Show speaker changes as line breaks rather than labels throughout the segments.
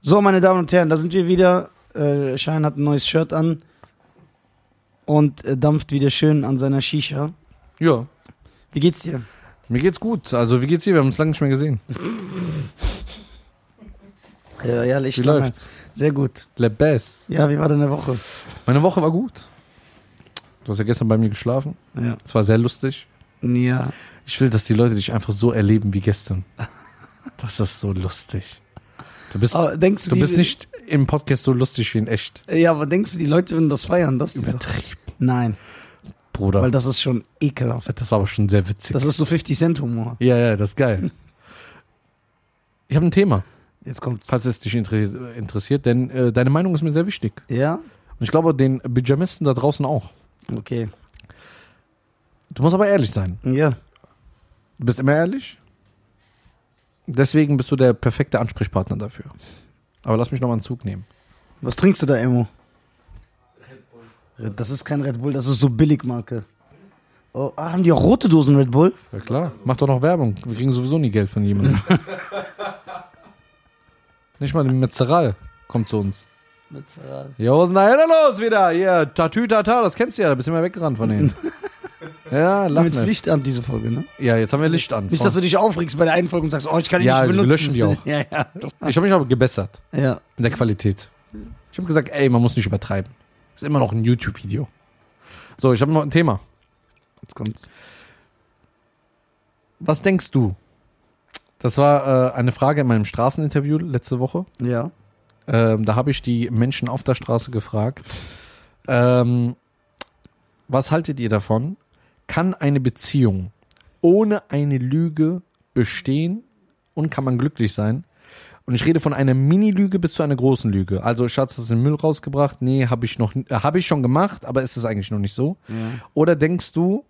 So, meine Damen und Herren, da sind wir wieder. Äh, Schein hat ein neues Shirt an und äh, dampft wieder schön an seiner Shisha.
Ja,
Wie geht's dir?
mir geht's gut. Also, wie geht's dir? Wir haben uns lange nicht mehr gesehen.
Ja, ehrlich,
Wie läuft's?
Sehr gut.
Le Best.
Ja, wie war deine Woche?
Meine Woche war gut. Du hast ja gestern bei mir geschlafen.
Ja.
Es war sehr lustig.
Ja.
Ich will, dass die Leute dich einfach so erleben wie gestern. Das ist so lustig. Du bist,
Aber denkst du,
du
Oh, die,
bist nicht im Podcast so lustig wie in echt.
Ja, aber denkst du, die Leute würden das feiern? Das ist die Sache.
Übertrieben,
Nein,
Bruder.
weil das ist schon ekelhaft.
das war aber schon sehr witzig.
Das ist so 50 Cent Humor.
ja, ja, das ist geil. Ich habe ein Thema,
Jetzt kommt's.
falls es dich interessiert, interessiert denn äh, deine Meinung ist mir sehr wichtig.
Ja?
Und ich glaube, den Pyjamisten da draußen auch.
Okay.
Du musst aber ehrlich sein.
Ja.
Du bist immer ehrlich. Deswegen bist du der perfekte Ansprechpartner dafür. Aber lass mich nochmal einen Zug nehmen.
Was trinkst du da, Emo? Red Bull. Das ist kein Red Bull, das ist so Billigmarke. Oh, ah, haben die auch rote Dosen Red Bull?
Ja klar. Mach doch noch Werbung. Wir kriegen sowieso nie Geld von jemandem. Nicht mal die Metzeral kommt zu uns. Jo, was ist denn da hinten los wieder? Hier, Tatü Tata, das kennst du ja, da bist du immer weggerannt von denen. ja, lach
Mit
nicht.
Licht an diese Folge, ne?
Ja, jetzt haben wir Licht an.
Nicht, dass du dich aufregst bei der einen Folge und sagst, oh, ich kann die
Ja,
nicht
wir
benutzen.
löschen die auch.
Ja, ja.
ich habe mich aber gebessert.
Ja,
in der Qualität. Ich habe gesagt, ey, man muss nicht übertreiben. Ist immer noch ein YouTube-Video. So, ich habe noch ein Thema.
jetzt kommt's.
Was denkst du? Das war äh, eine Frage in meinem Straßeninterview letzte Woche.
Ja.
Ähm, da habe ich die Menschen auf der Straße gefragt, ähm, was haltet ihr davon? Kann eine Beziehung ohne eine Lüge bestehen und kann man glücklich sein? Und ich rede von einer Mini-Lüge bis zu einer großen Lüge. Also, Schatz, hast du den Müll rausgebracht? Nee, habe ich noch, äh, habe ich schon gemacht, aber ist es eigentlich noch nicht so? Oder denkst du,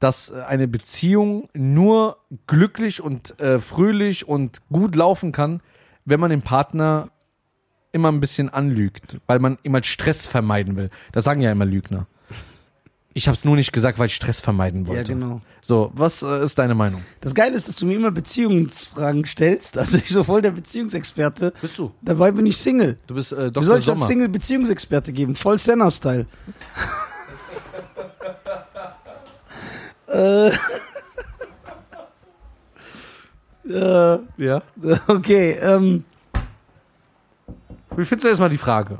dass äh, eine Beziehung nur glücklich und äh, fröhlich und gut laufen kann, wenn man den Partner immer ein bisschen anlügt, weil man immer Stress vermeiden will. Das sagen ja immer Lügner. Ich habe es nur nicht gesagt, weil ich Stress vermeiden wollte.
Ja, genau.
So, was äh, ist deine Meinung?
Das Geile ist, dass du mir immer Beziehungsfragen stellst. Also ich so voll der Beziehungsexperte.
Bist du?
Dabei bin ich Single.
Du bist äh,
Du
Dr.
sollst als
Sommer.
Single Beziehungsexperte geben. Voll Senna-Style. äh. äh,
Ja.
okay, ähm,
Wie findest du erstmal die Frage?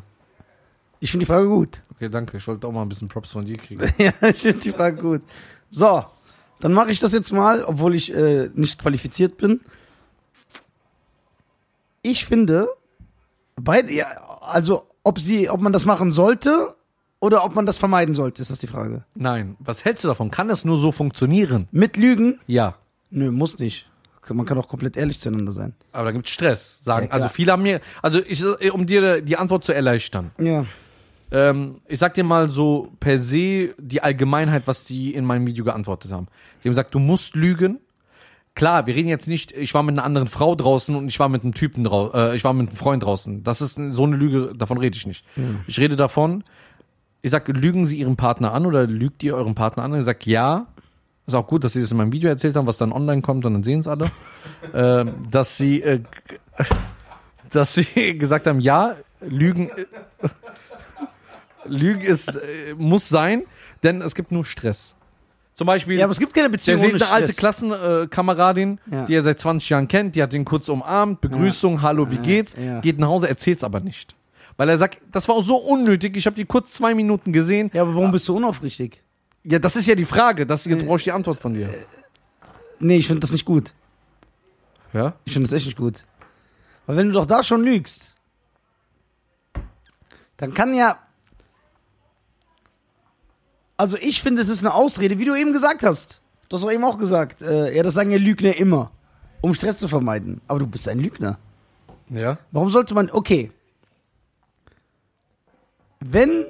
ich finde die Frage gut.
Okay, danke. Ich wollte auch mal ein bisschen Props von dir kriegen.
ja, ich finde die Frage gut. So, dann mache ich das jetzt mal, obwohl ich äh, nicht qualifiziert bin. Ich finde, beide, ja, also ob sie, ob man das machen sollte oder ob man das vermeiden sollte, ist das die Frage.
Nein, was hältst du davon? Kann das nur so funktionieren?
Mit Lügen?
Ja.
Nö, muss nicht. Man kann auch komplett ehrlich zueinander sein.
Aber da gibt's Stress. Sagen.
Ja, klar.
also viele haben mir, also ich, um dir die Antwort zu erleichtern.
Ja.
Ähm, ich sag dir mal so per se die Allgemeinheit, was die in meinem Video geantwortet haben. Die haben gesagt, du musst lügen. Klar, wir reden jetzt nicht, ich war mit einer anderen Frau draußen und ich war mit einem Typen draußen, äh, ich war mit einem Freund draußen. Das ist so eine Lüge, davon rede ich nicht. Ich rede davon, ich sag, lügen Sie Ihren Partner an oder lügt ihr euren Partner an? Und ich sag, ja. Ist auch gut, dass Sie das in meinem Video erzählt haben, was dann online kommt und dann sehen es alle. ähm, dass Sie, äh, dass Sie gesagt haben, ja, Lügen äh, Lügen ist, äh, muss sein, denn es gibt nur Stress. Zum Beispiel,
Ja, aber es gibt keine
der
Beziehung
sieht
ohne
eine alte
Stress.
Klassenkameradin,
Ja.
die er seit 20 Jahren kennt, die hat ihn kurz umarmt, Begrüßung, hallo, wie geht's?
ja.
Geht nach Hause, erzählt's aber nicht. Weil er sagt, das war auch so unnötig, ich habe die kurz zwei Minuten gesehen.
Ja, aber warum bist du unaufrichtig?
Ja, das ist ja die Frage, das,
Äh,
jetzt brauche ich die Antwort von dir.
Nee, ich finde das nicht gut.
Ja?
Ich finde das echt nicht gut. Weil wenn du doch da schon lügst, dann kann ja. Also ich finde, es ist eine Ausrede, wie du eben gesagt hast. Du hast doch eben auch gesagt, äh, ja, das sagen ja Lügner immer, um Stress zu vermeiden. Aber du bist ein Lügner.
Ja?
Warum sollte man, okay. Wenn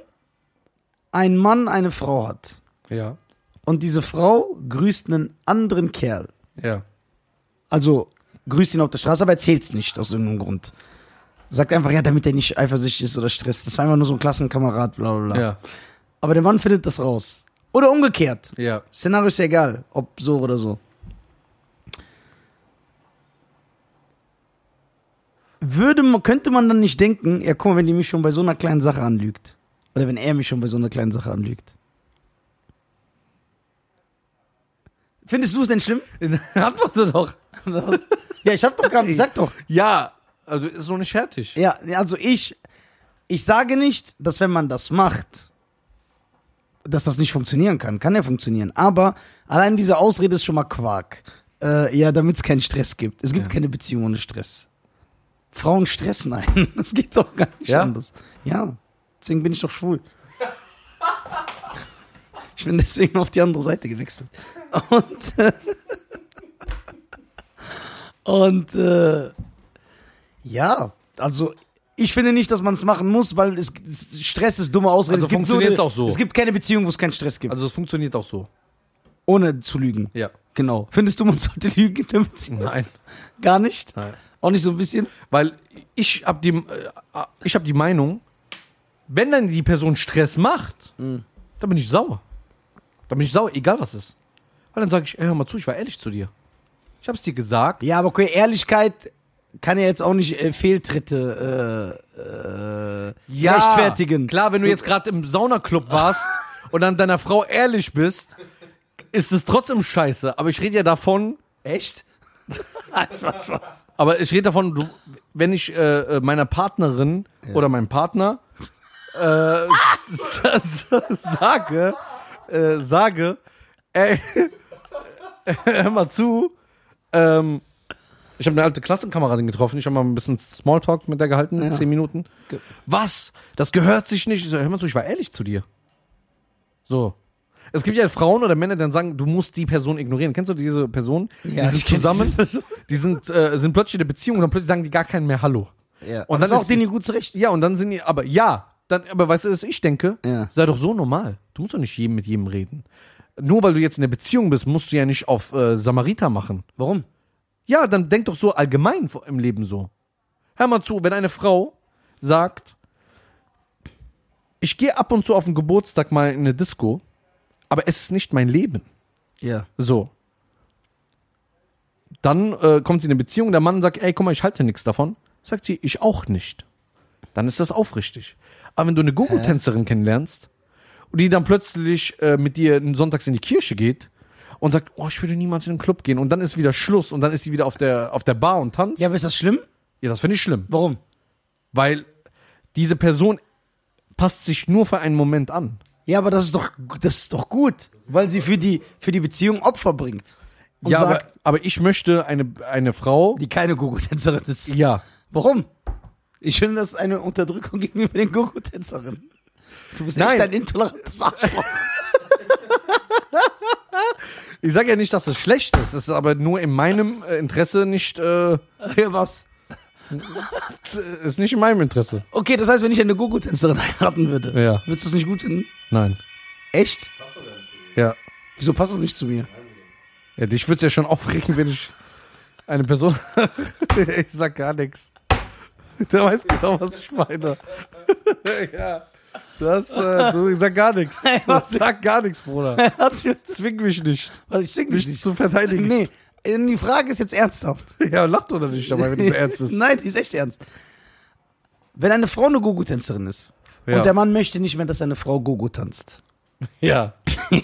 ein Mann eine Frau hat
Ja.
und diese Frau grüßt einen anderen Kerl,
Ja.
also grüßt ihn auf der Straße, aber erzählt's nicht aus irgendeinem Grund. Sagt einfach, ja, damit er nicht eifersüchtig ist oder Stress. Das war einfach nur so ein Klassenkamerad, bla bla bla.
Ja.
Aber der Mann findet das raus. Oder umgekehrt.
Ja.
Szenario ist ja egal, ob so oder so. würde, man- könnte man dann nicht denken, ja guck mal, wenn die mich schon bei so einer kleinen Sache anlügt. Oder wenn er mich schon bei so einer kleinen Sache anlügt. Findest du es denn schlimm?
Antworte doch.
ja, ich hab doch gerade gesagt doch.
Ja, also ist noch nicht fertig.
Ja, also ich, ich sage nicht, dass wenn man das macht, dass das nicht funktionieren kann. Kann ja funktionieren. Aber allein diese Ausrede ist schon mal Quark. Äh, ja, damit es keinen Stress gibt. Es gibt
Ja.
keine Beziehung ohne Stress. Frauen stressen einen. Das geht doch gar nicht
Ja?
anders. Ja, deswegen bin ich doch schwul. Ich bin deswegen auf die andere Seite gewechselt. Und, äh, und äh, ja, also ich finde nicht, dass man es machen muss, weil es, es- Stress ist dumme Ausrede.
Also
es gibt
funktioniert's
eine-
auch so.
Es gibt keine Beziehung, wo es keinen Stress gibt.
Also es funktioniert auch so.
ohne zu lügen.
Ja.
Genau. Findest du, man sollte lügen in der Beziehung?
Nein.
Gar nicht?
Nein.
Auch nicht so ein bisschen?
Weil ich habe die, äh, ich hab die Meinung, wenn dann die Person Stress macht, dann bin ich sauer. Dann bin ich sauer, egal was ist. Weil dann sage ich, ey, hör mal zu, ich war ehrlich zu dir. Ich habe es dir gesagt.
Ja, aber okay, Ehrlichkeit kann ja jetzt auch nicht äh, Fehltritte äh, äh, rechtfertigen.
Klar, wenn du jetzt gerade im Saunaclub warst und dann deiner Frau ehrlich bist, ist es trotzdem scheiße. Aber ich rede ja davon,
Echt?
aber ich rede davon, du, wenn ich äh, äh, meiner Partnerin oder meinem Partner äh, s- s- sage, äh, sage, ey, hör mal zu, ähm, ich habe eine alte Klassenkameradin getroffen, ich habe mal ein bisschen Smalltalk mit der gehalten,
Ja.
zehn Minuten. Was? Das gehört sich nicht. Ich so, hör mal zu, ich war ehrlich zu dir. So. Es gibt ja Frauen oder Männer, die dann sagen, du musst die Person ignorieren. Kennst du diese Personen?
Ja,
die
ich
sind
kenn
zusammen,
diese Person.
die sind, äh, sind plötzlich in der Beziehung und dann plötzlich sagen die gar keinen mehr Hallo.
Ja.
Und
Und
dann
dann auch
ist die-
denen gut zurecht.
Ja, und dann sind die, aber ja, dann, aber weißt du, was ich denke?
Ja.
Sei doch so normal. Du musst doch nicht jedem mit jedem reden. Nur weil du jetzt in der Beziehung bist, musst du ja nicht auf äh, Samariter machen.
Warum?
Ja, dann denk doch so allgemein vo- im Leben so. Hör mal zu, wenn eine Frau sagt, ich gehe ab und zu auf den Geburtstag mal in eine Disco, aber es ist nicht mein Leben.
Ja.
So. Dann äh, kommt sie in eine Beziehung, der Mann sagt, ey, guck mal, ich halte nichts davon. Sagt sie, ich auch nicht. Dann ist das aufrichtig. Aber wenn du eine Gogo-Tänzerin kennenlernst und die dann plötzlich äh, mit dir sonntags in die Kirche geht und sagt, oh, ich würde niemals in den Club gehen und dann ist wieder Schluss und dann ist sie wieder auf der, auf der Bar und tanzt.
Ja,
Ja,
aber ist das schlimm?
das finde ich schlimm.
Warum?
Weil diese Person passt sich nur für einen Moment an.
Ja, aber das ist doch, das ist doch gut, weil sie für die, für die Beziehung Opfer bringt. Und
Ja, aber,
sagt,
aber ich möchte eine, eine Frau.
die keine Gogo-Tänzerin ist.
Ja.
Warum? Ich finde das eine Unterdrückung gegenüber den Gogo-Tänzerinnen. Du bist
Nein.
echt ein intolerantes Arschloch.
Ich sage ja nicht, dass es schlecht ist. Es ist aber nur in meinem äh, Interesse nicht. Äh,
Ja, was?
ist nicht in meinem Interesse.
Okay, das heißt, wenn ich eine Gogo-Tänzerin heiraten würde,
Ja.
würdest du das nicht gut finden?
Nein.
Echt?
Ja.
Wieso passt das nicht zu mir?
Ja, dich würde es ja schon aufregen, wenn ich eine Person. ich sag gar nichts. Der weiß genau, was ich meine. ja. Das, äh, du, ich sag gar nichts.
was?
Ich sag gar nichts, Bruder.
Hat's mir-
Zwing mich nicht,
Was, ich sing dich
mich
nicht.
zu verteidigen.
Nee, die Frage ist jetzt ernsthaft.
Ja, lacht oder nicht dabei, wenn es ernst ist.
Nein, die ist echt ernst. Wenn eine Frau eine Gogo-Tänzerin ist
Ja.
und der Mann möchte nicht mehr, dass seine Frau Gogo tanzt.
Ja.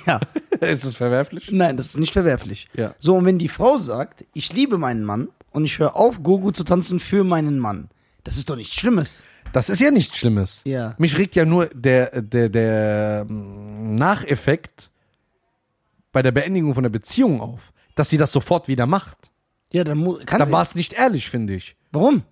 ja.
ist es verwerflich?
Nein, das ist nicht verwerflich.
Ja.
So, und wenn die Frau sagt, ich liebe meinen Mann und ich höre auf, Gogo zu tanzen für meinen Mann, das ist doch nichts Schlimmes.
Das ist ja nichts Schlimmes.
Ja.
Mich regt ja nur der, der, der ähm, Nacheffekt bei der Beendigung von der Beziehung auf, dass sie das sofort wieder macht.
Ja, dann mu- kann
Dann
sie-
war es nicht ehrlich, finde ich.
Warum?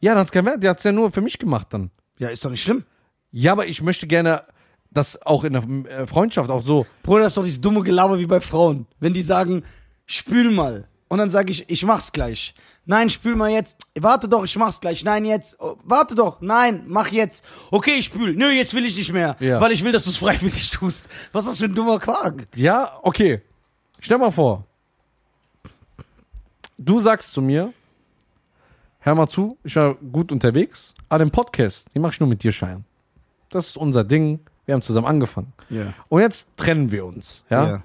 Ja, dann hat's keinen Wert. Die hat's ja nur für mich gemacht dann.
Ja, ist doch nicht schlimm.
Ja, aber ich möchte gerne, dass auch in der äh, Freundschaft auch so.
Bruder, das ist doch dieses dumme Gelaber wie bei Frauen. Wenn die sagen, spül mal. Und dann sage ich, ich mach's gleich. Nein, spül mal jetzt. Warte doch, ich mach's gleich. Nein, jetzt. Oh, warte doch. Nein, mach jetzt. Okay, ich spül. Nö, jetzt will ich nicht mehr.
Ja.
Weil ich will, dass du's freiwillig tust. Was ist das für ein dummer Quark?
Ja, okay. Stell mal vor. Du sagst zu mir, hör mal zu, ich war gut unterwegs, aber den Podcast, den mache ich nur mit dir, Schein. Das ist unser Ding. Wir haben zusammen angefangen.
Ja.
Und jetzt trennen wir uns, ja?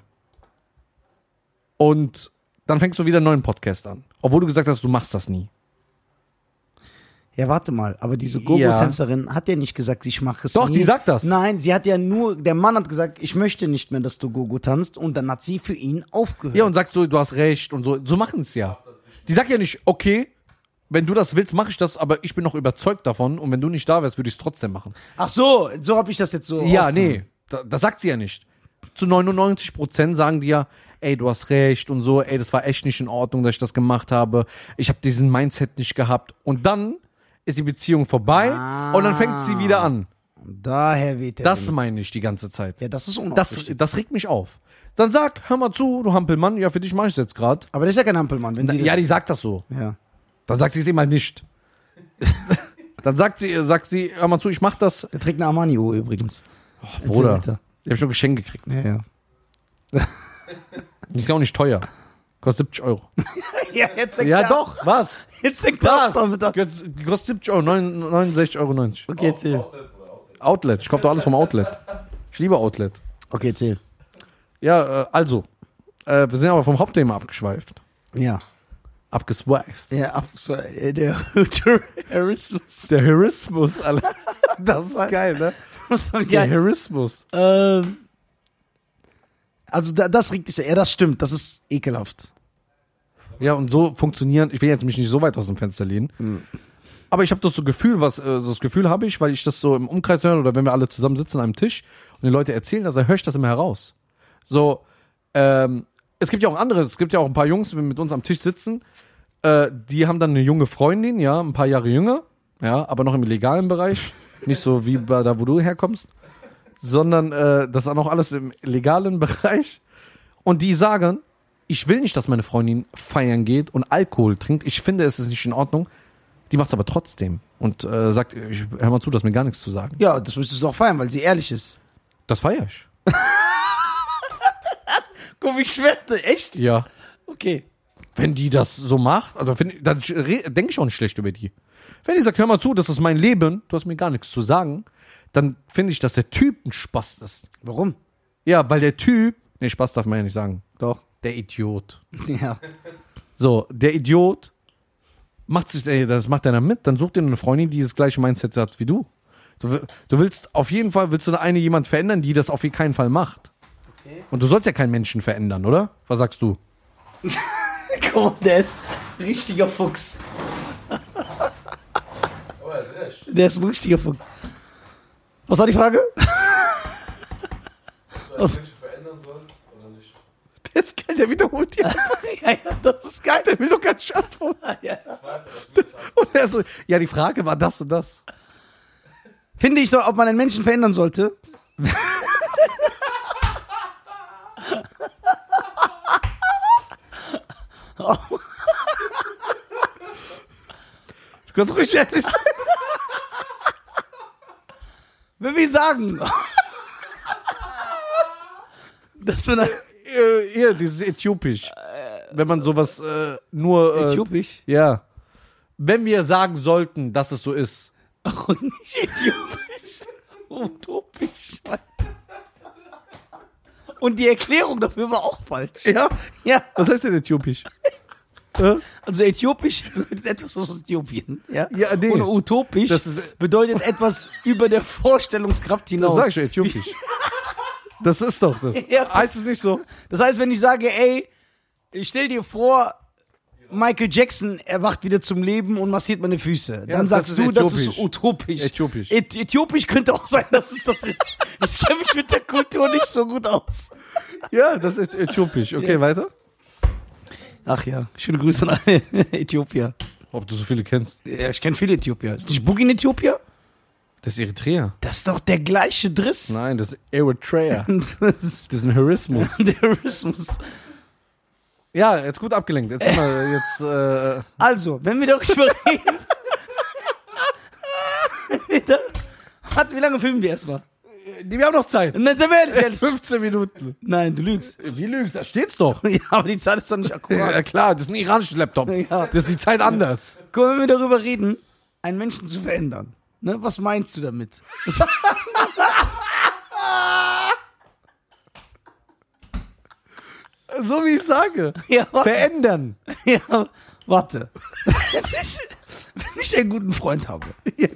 Und dann fängst du wieder einen neuen Podcast an. Obwohl du gesagt hast, du machst das nie.
Ja, warte mal, aber diese Gogo-Tänzerin hat ja nicht gesagt, ich mache es
Doch,
nie.
die sagt das.
Nein, sie hat ja nur, der Mann hat gesagt, ich möchte nicht mehr, dass du Gogo tanzt und dann hat sie für ihn aufgehört.
Ja, und sagt so, du hast recht und so. So machen es ja. Die sagt ja nicht, okay, wenn du das willst, mache ich das, aber ich bin noch überzeugt davon und wenn du nicht da wärst, würde ich es trotzdem machen.
Ach so, so habe ich das jetzt so.
Ja,
aufgenommen.
nee, da, das sagt sie ja nicht. Zu 99 Prozent sagen die ja, ey, du hast recht und so, ey, das war echt nicht in Ordnung, dass ich das gemacht habe. Ich habe diesen Mindset nicht gehabt. Und dann ist die Beziehung vorbei und dann fängt sie wieder an.
Daher weht der
Das
Wind.
meine ich die ganze Zeit.
Ja, das ist
Das,
unaufrichtig.
das regt mich auf. Dann sag, hör mal zu, du Hampelmann, ja, für dich mache ich es jetzt gerade.
Aber das ist ja kein Ampelmann, wenn sie
Ja,
das,
die sagt das so.
ja.
Dann sagt sie es ihm halt nicht. Dann sagt sie, sagt sie, hör mal zu, ich mach das.
Der trägt eine Armani-Uhr übrigens.
Bruder, ich
weiter.
habe schon ein Geschenk gekriegt.
Ja, ja.
Ist ja auch nicht teuer. Kostet 70 Euro.
ja, jetzt denkt
Ja,
er-
doch, was?
Jetzt denkt er
Was?
damit an.
Kostet kostet 70 Euro, neun- 69,90 Euro.
Okay, erzähl.
Outlet, ich kaufe doch alles vom Outlet. Ich liebe Outlet.
Okay, erzähl.
Ja, äh, also, äh, wir sind aber vom Hauptthema abgeschweift.
Ja.
Abgesweift.
Ja, ab, so, äh, der Terrorismus.
Der Herismus, Alter.
Das war-
geil, ne?
das war
Der
geil.
Herismus.
Ähm, also da, das regt dich. Ja, das stimmt. Das ist ekelhaft.
Ja, und so funktionieren, ich will jetzt mich nicht so weit aus dem Fenster lehnen, aber ich habe das so Gefühl, was äh, das Gefühl habe ich, weil ich das so im Umkreis höre oder wenn wir alle zusammen sitzen an einem Tisch und die Leute erzählen, also höre ich das immer heraus. So, ähm, es gibt ja auch andere, es gibt ja auch ein paar Jungs, die mit uns am Tisch sitzen, äh, die haben dann eine junge Freundin, ja, ein paar Jahre jünger, ja, aber noch im legalen Bereich, nicht so wie bei da, wo du herkommst, sondern äh, das ist auch noch alles im legalen Bereich und die sagen, ich will nicht, dass meine Freundin feiern geht und Alkohol trinkt. Ich finde, es ist nicht in Ordnung. Die macht es aber trotzdem und äh, sagt, ich, hör mal zu, dass mir gar nichts zu sagen.
Ja, das müsstest du doch feiern, weil sie ehrlich ist.
Das feiere ich.
Guck, ich schwerte. Echt?
Ja.
Okay.
Wenn die das so macht, also find, dann denke ich auch nicht schlecht über die. Wenn die sagt, hör mal zu, das ist mein Leben, du hast mir gar nichts zu sagen, dann finde ich, dass der Typ ein Spaß ist.
Warum?
Ja, weil der Typ, nee, Spaß darf man ja nicht sagen.
Doch.
Der Idiot.
Ja.
So, der Idiot macht sich, ey, das macht einer mit, dann such dir eine Freundin, die das gleiche Mindset hat wie du. Du, wi- du willst auf jeden Fall, willst du eine jemand verändern, die das auf keinen Fall macht. Und du sollst ja keinen Menschen verändern, oder? Was sagst du?
Guck, der ist ein richtiger Fuchs. Der ist ein richtiger Fuchs. Was war die Frage? Was?
verändern sollst oder nicht.
Der ist geil, der wiederholt ja.
Ja, ja, das ist geil.
Der will doch keinen Schaden.
Ah,
Ich weiß, aber ich will es haben.
Und er so, ja, die Frage war das und das.
Finde ich so, ob man einen Menschen verändern sollte.
Du kannst ruhig ehrlich sein.
Wenn wir sagen, dass wir dann
Äh, Hier, dieses Äthiopisch. Wenn man sowas äh, nur. Äh,
äthiopisch
Ja. Wenn wir sagen sollten, dass es so ist.
und nicht äthiopisch, utopisch. Mann. Und die Erklärung dafür war auch falsch.
Ja.
Ja,
Was heißt denn Äthiopisch? Äh?
also äthiopisch bedeutet etwas aus Äthiopien. Ja,
Ja, nee.
Und utopisch
Das ist-
bedeutet etwas über der Vorstellungskraft
Das
hinaus.
sag ich ja, Äthiopisch. Das ist doch das.
Ja.
Heißt es nicht so?
Das heißt, wenn ich sage, ey, stell dir vor, Michael Jackson erwacht wieder zum Leben und massiert meine Füße. Dann
das
sagst
ist
du, das ist utopisch.
äthiopisch. Äthiopisch.
Äth äthiopisch könnte auch sein, dass es das ist. Ich kenne mich mit der Kultur nicht so gut aus.
Ja, das ist Äthiopisch. Okay, weiter.
Ach ja, schöne Grüße an alle Äthiopier.
Ob du so viele kennst.
Ja, ich kenne viele Äthiopier. Ist nicht Boogie in Äthiopier?
Das ist Eritrea.
Das ist doch der gleiche Driss.
Nein, das ist Eritrea.
Das ist
Das ist ein Herismus.
Terrorismus.
Ja, jetzt gut abgelenkt. Jetzt, mal, jetzt äh,
Also, wenn wir darüber reden. Wenn wir da- Warte, wie lange filmen wir erstmal?
Wir haben noch Zeit.
Nein, sind wir ehrlich, ehrlich.
15 Minuten.
Nein, du lügst.
Wie lügst Da steht's doch.
Ja, aber die Zahl ist doch nicht
Ja,
akkurat.
klar, das ist ein iranisches Laptop.
Ja.
Das ist die Zeit anders.
Guck mal, wenn wir darüber reden, einen Menschen zu verändern. Ne? Was meinst du damit? Was-
So wie ich sage.
ja,
Verändern.
ja, warte. wenn ich einen guten Freund habe.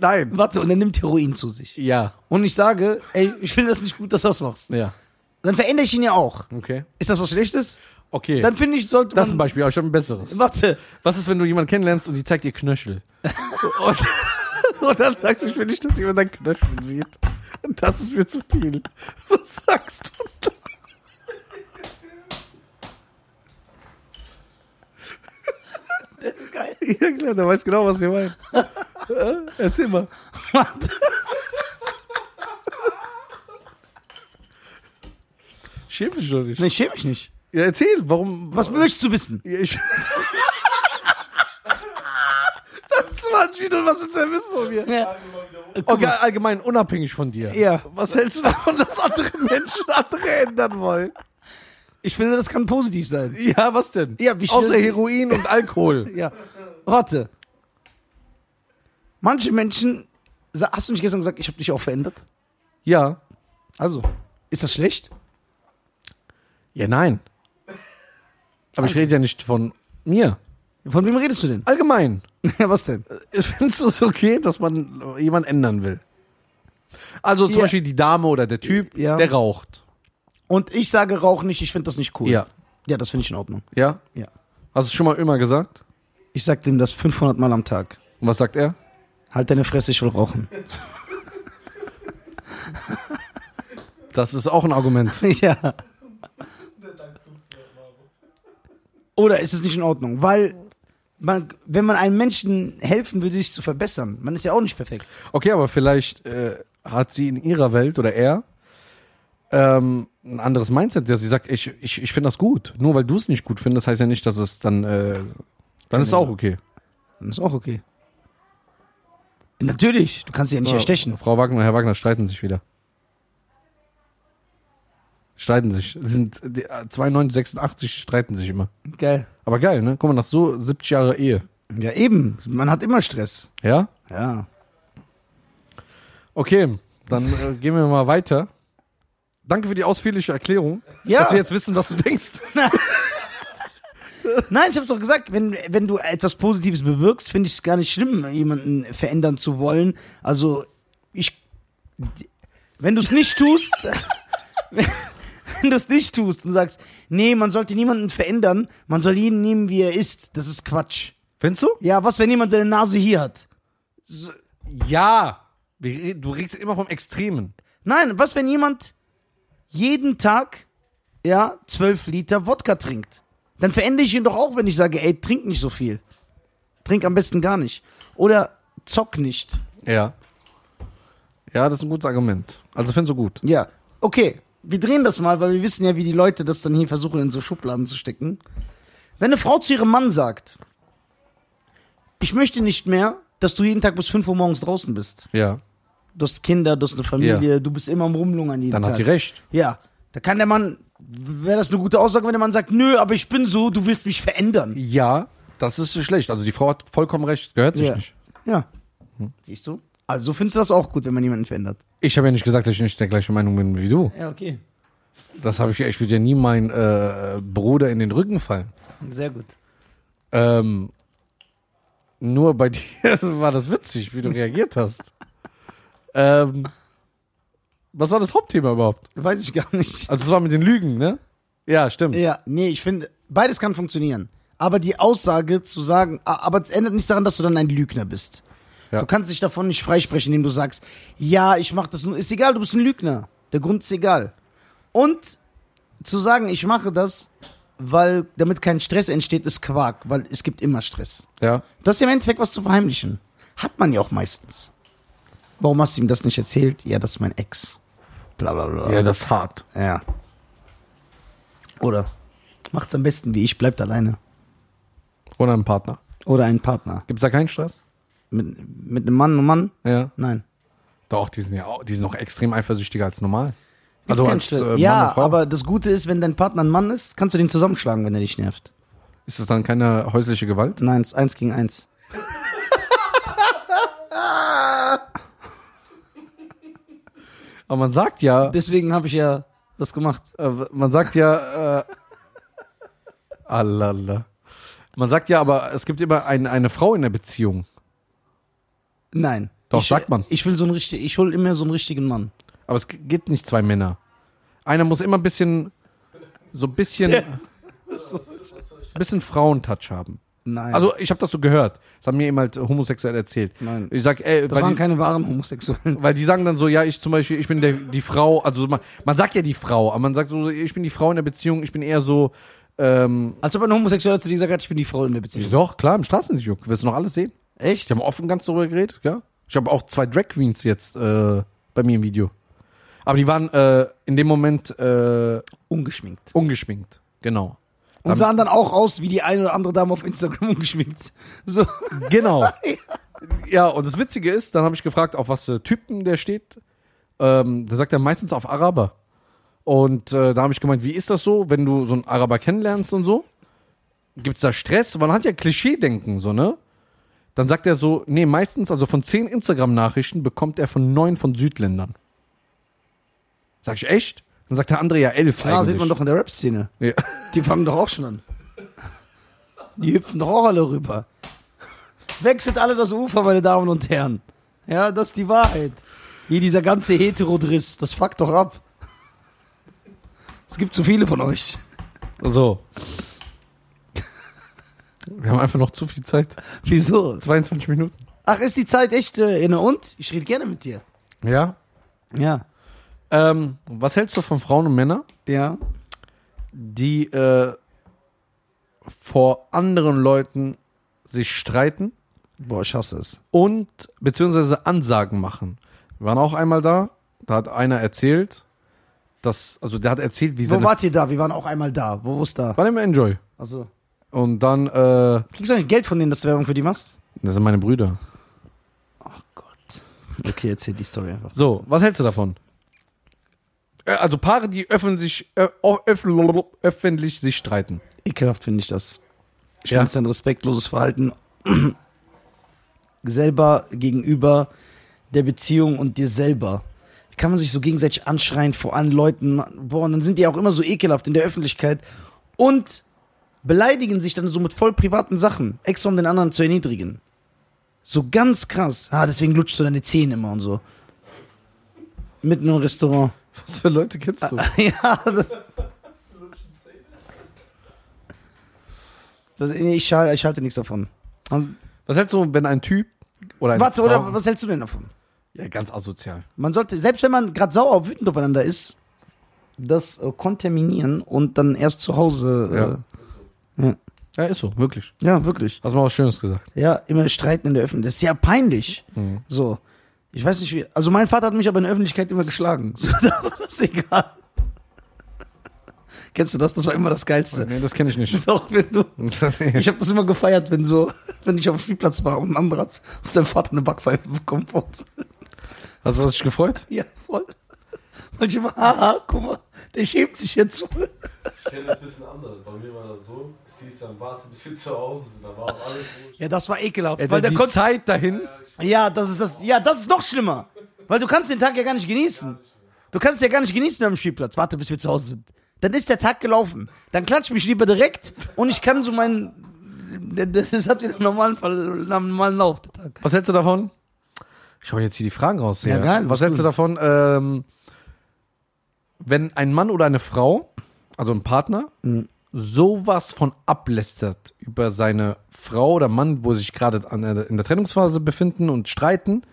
Nein.
Warte, und er nimmt Heroin zu sich.
Ja.
Und ich sage, ey, ich finde das nicht gut, dass du das machst.
Ja.
Dann verändere ich ihn ja auch.
Okay.
Ist das was Schlechtes?
Okay.
Dann finde ich, sollte
das ist ein
man.
Beispiel, aber ich habe ein besseres.
Warte.
Was ist, wenn du jemanden kennenlernst und die zeigt ihr Knöchel? Und, und dann sagst du, ich will nicht, dass jemand deinen Knöchel sieht. Das ist mir zu viel. Was sagst du da?
Das ist geil.
Ja klar, der weiß genau, was wir meinen. Äh, Erzähl mal.
Warte.
Schäm dich doch nicht.
Nee, ich schäme mich nicht.
Ja, erzähl, warum...
Was möchtest du wissen?
Ja, ich... das war ein Spiel und was willst du denn wissen von mir?
Ja.
Okay, allgemein, unabhängig von dir.
Ja.
Was hältst du davon, dass andere Menschen andere ändern wollen?
Ich finde, das kann positiv sein.
Ja, was denn?
Ja, wie
Außer
schnell-
Heroin und Alkohol.
Ja. Warte. Manche Menschen. sa- Hast du nicht gestern gesagt, ich habe dich auch verändert?
ja.
Also, ist das schlecht?
Ja, nein. Aber ich rede ja nicht von mir.
Von wem redest du denn?
Allgemein.
Ja, was denn?
Findest du es okay, dass man jemanden ändern will? Also zum
Ja.
Beispiel die Dame oder der Typ,
Ja.
der raucht.
Und ich sage, rauch nicht, ich finde das nicht cool.
Ja.
Ja, das finde ich in Ordnung.
Ja?
Ja.
Hast du es schon mal immer gesagt?
Ich sag dem das 500 Mal am Tag.
Und was sagt er?
Halt deine Fresse, ich will rauchen.
Das ist auch ein Argument.
ja. Oder ist es nicht in Ordnung? Weil, man, wenn man einem Menschen helfen will, sich zu verbessern, man ist ja auch nicht perfekt.
Okay, aber vielleicht äh, hat sie in ihrer Welt oder er ähm, ein anderes Mindset, dass sie sagt, ich, ich, ich finde das gut. Nur weil du es nicht gut findest, heißt ja nicht, dass es dann, äh, dann ist es auch okay.
Dann ist auch okay. Natürlich, du kannst sie ja nicht erstechen.
Frau Wagner und Herr Wagner streiten sich wieder. Streiten sich. Sie sind die, äh, 92, 86 streiten sich immer.
Geil.
Aber geil, ne? Guck mal, nach so 70 Jahre Ehe.
Ja, eben. Man hat immer Stress.
Ja?
Ja.
Okay, dann äh, gehen wir mal weiter. Danke für die ausführliche Erklärung,
Ja.
dass wir jetzt wissen, was du denk's.
Nein, ich hab's doch gesagt, wenn, wenn du etwas Positives bewirkst, finde ich es gar nicht schlimm, jemanden verändern zu wollen. Also, ich. Wenn du es nicht tust. wenn du es nicht tust und sagst, nee, man sollte niemanden verändern, man soll jeden nehmen, wie er ist, das ist Quatsch.
Findest du?
Ja, was, wenn jemand seine Nase hier hat?
Ja. Wir re- Du redest immer vom Extremen.
Nein, was, wenn jemand jeden Tag, ja, zwölf Liter Wodka trinkt? Dann verändere ich ihn doch auch, wenn ich sage, ey, trink nicht so viel. Trink am besten gar nicht. Oder zock nicht.
Ja. Ja, das ist ein gutes Argument. Also findest du gut.
Ja. Okay, wir drehen das mal, weil wir wissen ja, wie die Leute das dann hier versuchen, in so Schubladen zu stecken. Wenn eine Frau zu ihrem Mann sagt, ich möchte nicht mehr, dass du jeden Tag bis 5 Uhr morgens draußen bist.
Ja.
Du hast Kinder, du hast eine Familie, du bist immer am Rumlungern jeden
Dann
Tag.
hat die recht.
Ja, da kann der Mann, wäre das eine gute Aussage, wenn der Mann sagt, nö, aber ich bin so, du willst mich verändern.
Ja, das ist schlecht. Also die Frau hat vollkommen recht. Gehört sich
Ja.
nicht.
Ja. Siehst du? Also findest du das auch gut, wenn man jemanden verändert.
Ich habe ja nicht gesagt, dass ich nicht der gleichen Meinung bin wie du.
Ja, okay.
Das habe ich ja. Ich würde ja nie meinen äh, Bruder in den Rücken fallen.
Sehr gut.
Ähm, nur bei dir war das witzig, wie du reagiert hast. ähm, was war das Hauptthema überhaupt?
Weiß ich gar nicht.
Also es war mit den Lügen, ne? Ja, stimmt.
Ja, nee, ich finde, beides kann funktionieren. Aber die Aussage zu sagen, a- aber es ändert nichts daran, dass du dann ein Lügner bist.
Ja.
Du kannst dich davon nicht freisprechen, indem du sagst, ja, ich mache das nur. Ist egal, du bist ein Lügner. Der Grund ist egal. Und zu sagen, ich mache das, weil damit kein Stress entsteht, ist Quark, weil es gibt immer Stress.
Ja.
Du hast ja im Endeffekt was zu verheimlichen. Hat man ja auch meistens. Warum hast du ihm das nicht erzählt? Ja, das ist mein Ex. Bla bla bla.
Ja, das ist hart.
Ja. Oder macht's am besten wie ich, bleibt alleine.
Ohne einen Partner.
Oder einen Partner.
Gibt's da keinen Stress?
Mit, mit einem Mann und Mann?
Ja.
Nein.
Doch, die sind ja auch, die sind noch extrem eifersüchtiger als normal. Also
Kein
als äh,
Stress.
Mann
ja,
und Frau.
aber das Gute ist, wenn dein Partner ein Mann ist, kannst du den zusammenschlagen, wenn er dich nervt.
ist das dann keine häusliche Gewalt?
Nein, es ist eins gegen eins.
Aber man sagt ja,
Deswegen habe ich ja das gemacht.
äh, man sagt ja, äh, alala. Man sagt ja, aber es gibt immer ein, eine Frau in der Beziehung.
Nein.
Doch,
ich, äh,
sagt man.
Ich will so einen richtigen, ich hol immer so einen richtigen Mann.
Aber es gibt nicht zwei Männer. Einer muss immer ein bisschen, so ein bisschen, bisschen Frauentouch haben.
Nein.
Also ich habe das so gehört. Das haben mir eben halt homosexuell erzählt.
Nein.
Ich sag, ey,
das waren
weil die,
keine wahren Homosexuellen.
weil die sagen dann so, ja, ich zum Beispiel, ich bin der, die Frau, also man, man sagt ja die Frau, aber man sagt so, ich bin die Frau in der Beziehung, ich bin eher so, ähm,
Als ob ein Homosexueller zu dir gesagt hat, ich bin die Frau in der
ich,
Beziehung.
doch, klar, im Straßenjuck, wirst du noch alles sehen? Ich
Echt?
habe offen ganz darüber geredet, ja. Ich habe auch zwei Drag Queens jetzt äh, bei mir im Video. Aber die waren äh, in dem Moment äh,
Ungeschminkt.
ungeschminkt. Genau.
Und sahen dann auch aus wie die eine oder andere Dame auf Instagram ungeschminkt. So.
Genau. ja, und das Witzige ist, dann habe ich gefragt, auf was äh, Typen der steht. Ähm, da sagt er meistens auf Araber. Und äh, da habe ich gemeint, wie ist das so, wenn du so einen Araber kennenlernst und so? Gibt es da Stress? Man hat ja Klischee-Denken, so, ne? Dann sagt er so, nee, meistens, also von zehn Instagram-Nachrichten bekommt er von neun von Südländern. Sag ich, echt? Dann sagt der andere ja elf.
Klar,
eigentlich.
sieht man doch in der Rap-Szene.
Ja.
Die fangen doch auch schon an. Die hüpfen doch auch alle rüber. Wechselt alle das Ufer, meine Damen und Herren. Ja, das ist die Wahrheit. Hier dieser ganze Heterodriss, das fuckt doch ab. Es gibt zu viele von euch.
So. Wir haben einfach noch zu viel Zeit.
Wieso?
22 Minuten.
Ach, ist die Zeit echt äh, inne und? Ich rede gerne mit dir.
Ja.
Ja.
Ähm, was hältst du von Frauen und Männern,
Ja.
die äh, vor anderen Leuten sich streiten
Boah, ich hasse es.
und beziehungsweise Ansagen machen? Wir waren auch einmal da, da hat einer erzählt, dass, also der hat erzählt, wie
Wo
seine...
wart ihr da? Wir waren auch einmal da. Wo ist da?
War im Enjoy.
Also,
Und dann, äh,
kriegst du eigentlich Geld von denen, dass du Werbung für die machst?
das sind meine Brüder.
Gott. Okay, erzähl die Story einfach.
So, was hältst du davon? Äh, Also Paare, die öffentlich, ö- öff- öffentlich sich streiten.
Ekelhaft finde ich das. Ich
Ja.
finde es ein respektloses Verhalten selber gegenüber der Beziehung und dir selber. Wie kann man sich so gegenseitig anschreien vor allen Leuten? Man- Boah, und dann sind die auch immer so e- ekelhaft in der Öffentlichkeit und beleidigen sich dann so mit voll privaten Sachen, extra um den anderen zu erniedrigen. So ganz krass. Ah, deswegen lutschst du deine Zähne immer und so. Mitten im Restaurant.
Was für Leute kennst du?
Ja. Das, das, nee, ich, hal- ich halte nichts davon. Und-
Was hältst du, wenn ein Typ oder eine
Warte,
Frau,
oder was hältst du denn davon?
Ja, ganz asozial.
Man sollte, selbst wenn man gerade sauer und wütend aufeinander ist, das äh, kontaminieren und dann erst zu Hause.
Ja, ist so, wirklich.
Äh, ja. wirklich.
Hast mal was Schönes gesagt.
Ja, immer streiten in der Öffentlichkeit. Das ist ja peinlich. So. Ich weiß nicht wie. Also mein Vater hat mich aber in der Öffentlichkeit immer geschlagen. So, da war das egal. Kennst du das? Das war immer das Geilste.
Nee, das kenne ich nicht.
Doch, wenn du.
ich
Ich habe das immer gefeiert, wenn so, wenn ich auf dem Spielplatz war und ein anderer hat auf seinem Vater eine Backpfeife bekommen hat.
hast du dich gefreut?
Ja, voll. Und ich immer, haha, guck mal, der schämt sich jetzt.
Ich kenne das ein bisschen anders. Bei mir war das so, es hieß dann, warte bis wir zu Hause sind. Da war auch alles ruhig.
Ja, das war ekelhaft.
Ey,
weil der
die
konnte,
Zeit dahin.
ja, das ist das. Ja, das ist noch schlimmer. Weil du kannst den Tag ja gar nicht genießen. Du kannst ja gar nicht genießen am Spielplatz. Warte, bis wir zu Hause sind. Dann ist der Tag gelaufen. Dann klatsch mich lieber direkt und ich kann so meinen. Das hat wieder einen normalen, Fall, einen normalen Lauf, der Tag.
Was hältst du davon? Ich hau jetzt hier die Fragen raus.
Ja,
hier.
geil,
Was
was
hältst du
cool.
davon, ähm, wenn ein Mann oder eine Frau, also ein Partner,
Mhm.
sowas von ablästert über seine Frau oder Mann, wo sie sich gerade an der- in der Trennungsphase befinden und streiten, und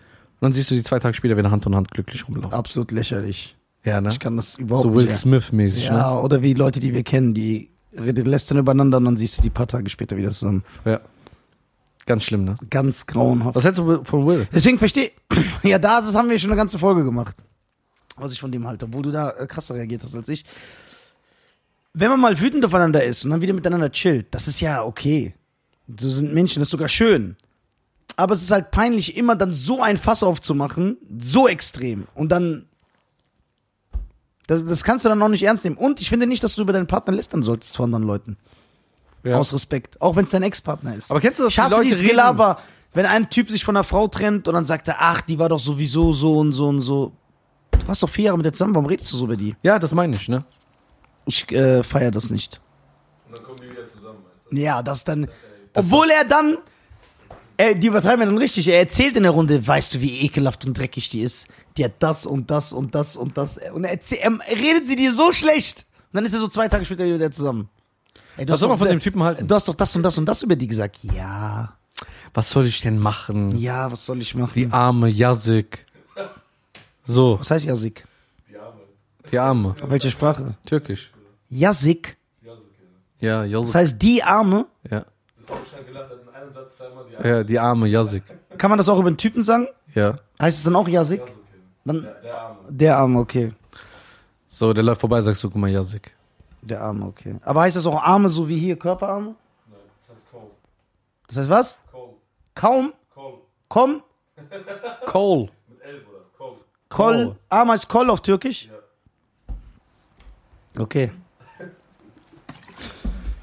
dann siehst du die zwei Tage später wieder Hand in Hand glücklich rumlaufen.
Absolut lächerlich.
Ja, ne?
Ich kann das überhaupt
So
nicht.
Will Smith-mäßig, ne?
Ja, oder wie Leute, die wir kennen, die reden- lästern übereinander und dann siehst du die paar Tage später wieder zusammen.
ne? Ja. Ganz schlimm, ne?
Ganz grauenhaft.
Was hältst du von Will?
Deswegen verstehe ja, da, das haben wir schon eine ganze Folge gemacht, was ich von dem halte, obwohl du da äh, krasser reagiert hast als ich. Wenn man mal wütend aufeinander ist und dann wieder miteinander chillt, das ist ja okay. So sind Menschen, das ist sogar schön. Aber es ist halt peinlich, immer dann so ein Fass aufzumachen, so extrem. Und dann. Das, das kannst du dann noch nicht ernst nehmen. Und ich finde nicht, dass du über deinen Partner lästern solltest vor anderen Leuten.
Ja.
Aus Respekt. Auch wenn es dein Ex-Partner ist.
Aber kennst du das,
Ich hasse
die Leute
dieses
reden?
Gelaber, wenn ein Typ sich von einer Frau trennt und dann sagt er, ach, die war doch sowieso so und so und so. Du warst doch vier Jahre mit der zusammen, warum redest du so über die?
Ja, das meine ich, ne?
Ich äh, feier das nicht.
Und dann kommen die wieder zusammen, weißt du?
Ja, das dann. obwohl er dann. er, die übertreiben ja dann richtig. Er erzählt in der Runde, weißt du, wie ekelhaft und dreckig die ist? Die hat das und das und das und das. Und er, erzäh- er redet sie dir so schlecht. Und dann ist er so zwei Tage später wieder mit der zusammen. Ey, du
Was
hast
soll man
doch-
von dem Typen halten?
Du hast doch das und das und das über die gesagt. Ja,
Was soll ich denn machen?
ja, was soll ich machen?
Die arme Jasik. So,
was heißt Jasik?
Die Arme.
die arme.
Auf welcher Sprache?
Türkisch.
Jasik.
Ja, so okay.
Ja, Jasik.
Das heißt, die Arme.
Ja.
Das habe ich schon gelacht, hat in einem Satz zweimal die Arme.
ja, die arme Jasik.
Kann man das auch über den Typen sagen?
Ja.
Heißt es dann auch Jasik?
Ja, so okay.
Dann,
Der, der Arme.
der Arme, okay.
So, der läuft vorbei, sagst du, guck mal, Jasik.
Der Arme, okay. Aber heißt das auch Arme so wie hier, Körperarme?
Nein, das heißt Cole.
Das heißt was?
Cole.
Kaum,
Cole.
komm,
Cole.
Mit L, Bruder. Cole.
Koll.
Koll.
Arme heißt Koll auf Türkisch?
Ja.
Okay.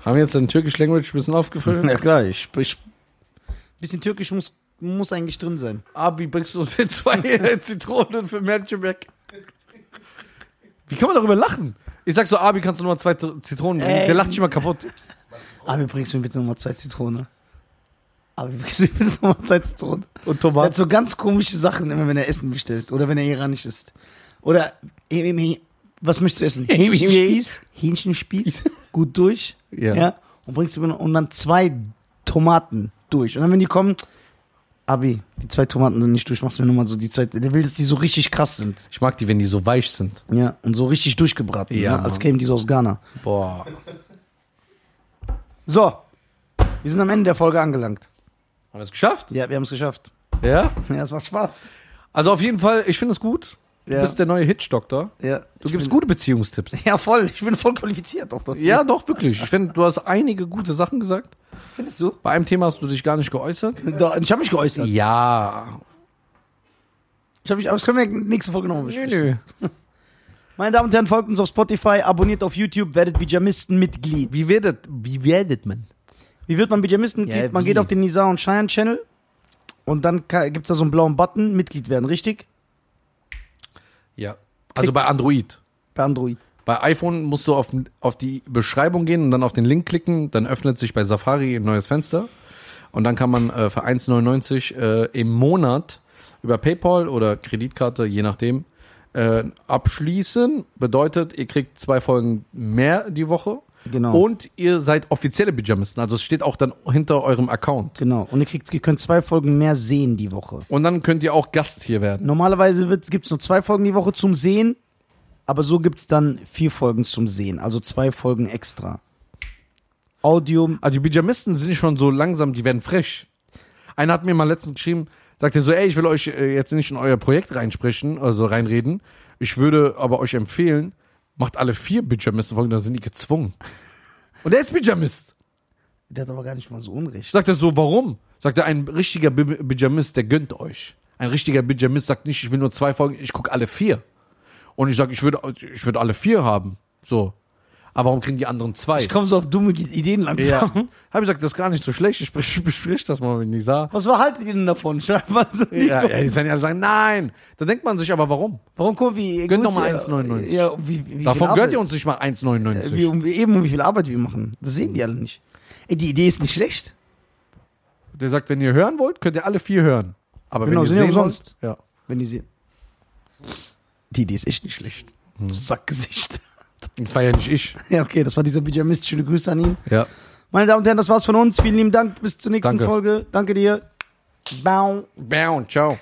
Haben wir jetzt dein Türkisch Language ein bisschen aufgefüllt?
Ja klar, ich sprich. Bisschen Türkisch muss, muss eigentlich drin sein.
Abi, bringst du uns für zwei Zitronen und für Merchenberg? Wie kann man darüber lachen? Ich sag so, Abi, kannst du nochmal zwei Zitronen bringen?
Ey.
Der lacht schon mal kaputt.
Aber bringst du mir bitte nochmal zwei Zitrone. Aber bringst du mir bitte nochmal zwei Zitrone.
Und
Er hat
Tomaten.
so ganz komische Sachen immer, wenn er Essen bestellt. Oder wenn er iranisch ist. Oder, eh, eh, eh, was möchtest du essen? Hähnchenspieß. Hähnchenspieß. Gut durch.
Ja.
Und bringst du mir noch- und dann zwei Tomaten durch. Und dann, wenn die kommen, Abi, die zwei Tomaten sind nicht durch, machst du mir nochmal so die zwei. Der will, dass die so richtig krass sind.
Ich mag die, wenn die so weich sind.
Ja. Und so richtig durchgebraten.
Ja,
ne? Als
Mann.
kämen die so aus Ghana.
Boah.
So. Wir sind am Ende der Folge angelangt.
Haben wir es geschafft?
Ja, wir haben es geschafft.
Ja.
Ja, es macht Spaß.
Also auf jeden Fall, ich finde es gut. Du
Ja.
bist der neue Hitch-Doktor.
Ja.
Du
Ich
gibst
bin-
gute Beziehungstipps.
Ja, voll. Ich bin voll qualifiziert auch dafür.
Ja, doch, wirklich. Ich finde, du hast einige gute Sachen gesagt.
Findest du?
Bei einem Thema hast du dich gar nicht geäußert.
Da, ich habe mich geäußert.
Ja.
Ich hab mich, aber das können wir nächste Folge nochmal
Nö,
besprechen.
nö.
Meine Damen und Herren, folgt uns auf Spotify, abonniert auf YouTube, werdet Pyjamisten-Mitglied.
Wie werdet, wie werdet man?
Wie wird man Pyjamisten-Mitglied?
Ja,
man
wie?
geht auf den Nizar und Cheyenne Channel und dann ka- gibt's da so einen blauen Button, Mitglied werden, richtig?
Ja. Also bei Android.
Per Android.
Bei iPhone musst du auf, auf die Beschreibung gehen und dann auf den Link klicken. Dann öffnet sich bei Safari ein neues Fenster. Und dann kann man äh, für 1,99 äh, im Monat über PayPal oder Kreditkarte, je nachdem, äh, abschließen. Bedeutet, ihr kriegt zwei Folgen mehr die Woche.
Genau.
Und ihr seid offizielle Pyjamisten. Also es steht auch dann hinter eurem Account.
Genau. Und ihr, kriegt, ihr könnt zwei Folgen mehr sehen die Woche.
Und dann könnt ihr auch Gast hier werden.
Normalerweise wird's, gibt's nur zwei Folgen die Woche zum Sehen, aber so gibt's dann vier Folgen zum Sehen, also zwei Folgen extra. Audio,
Also die Pyjamisten sind schon so langsam, die werden frech. Einer hat mir mal letztens geschrieben, sagte so, ey, ich will euch äh, jetzt nicht in euer Projekt reinsprechen, also reinreden. Ich würde aber euch empfehlen, macht alle vier Pyjamisten-Folgen, dann sind die gezwungen. Und er ist Pyjamist.
der hat aber gar nicht mal so Unrecht.
Sagt er so, warum? Sagt er, ein richtiger Bi- Pyjamist, der gönnt euch. Ein richtiger Pyjamist sagt nicht, ich will nur zwei Folgen, ich gucke alle vier. Und ich sage, ich würde ich würde alle vier haben. So. Aber warum kriegen die anderen zwei?
Ich komme so auf dumme Ideen
Ja.
langsam.
Habe ich gesagt, das ist gar nicht so schlecht. Ich besprich- besprich das mal mit Nisa.
Was haltet ihr denn davon? Schreibt mal so die
Ja, ja, jetzt werden die alle sagen, nein. Da denkt man sich aber, warum?
Warum guck wie
Gönnt doch mal
ja,
1,99.
Ja, wie, wie viel
Davon
Arbeit-
gehört ihr uns nicht mal
Wie,
1,99.
um, eben, um wie viel Arbeit wir machen. Das sehen die alle nicht. Ey, die Idee ist nicht schlecht.
Der sagt, wenn ihr hören wollt, könnt ihr alle vier hören. Aber
Genau,
wenn ihr
sind ja
sehen
umsonst.
wollt, ja.
Wenn die sehen. Die Idee ist echt nicht schlecht. Du Sackgesicht.
Das war ja nicht ich.
Ja, okay, das war dieser Pyjamist. Schöne Grüße an ihn.
Ja.
Meine Damen und Herren, das war's von uns. Vielen lieben Dank. Bis zur nächsten
Danke.
Folge. Danke dir. Bau.
Bam, ciao.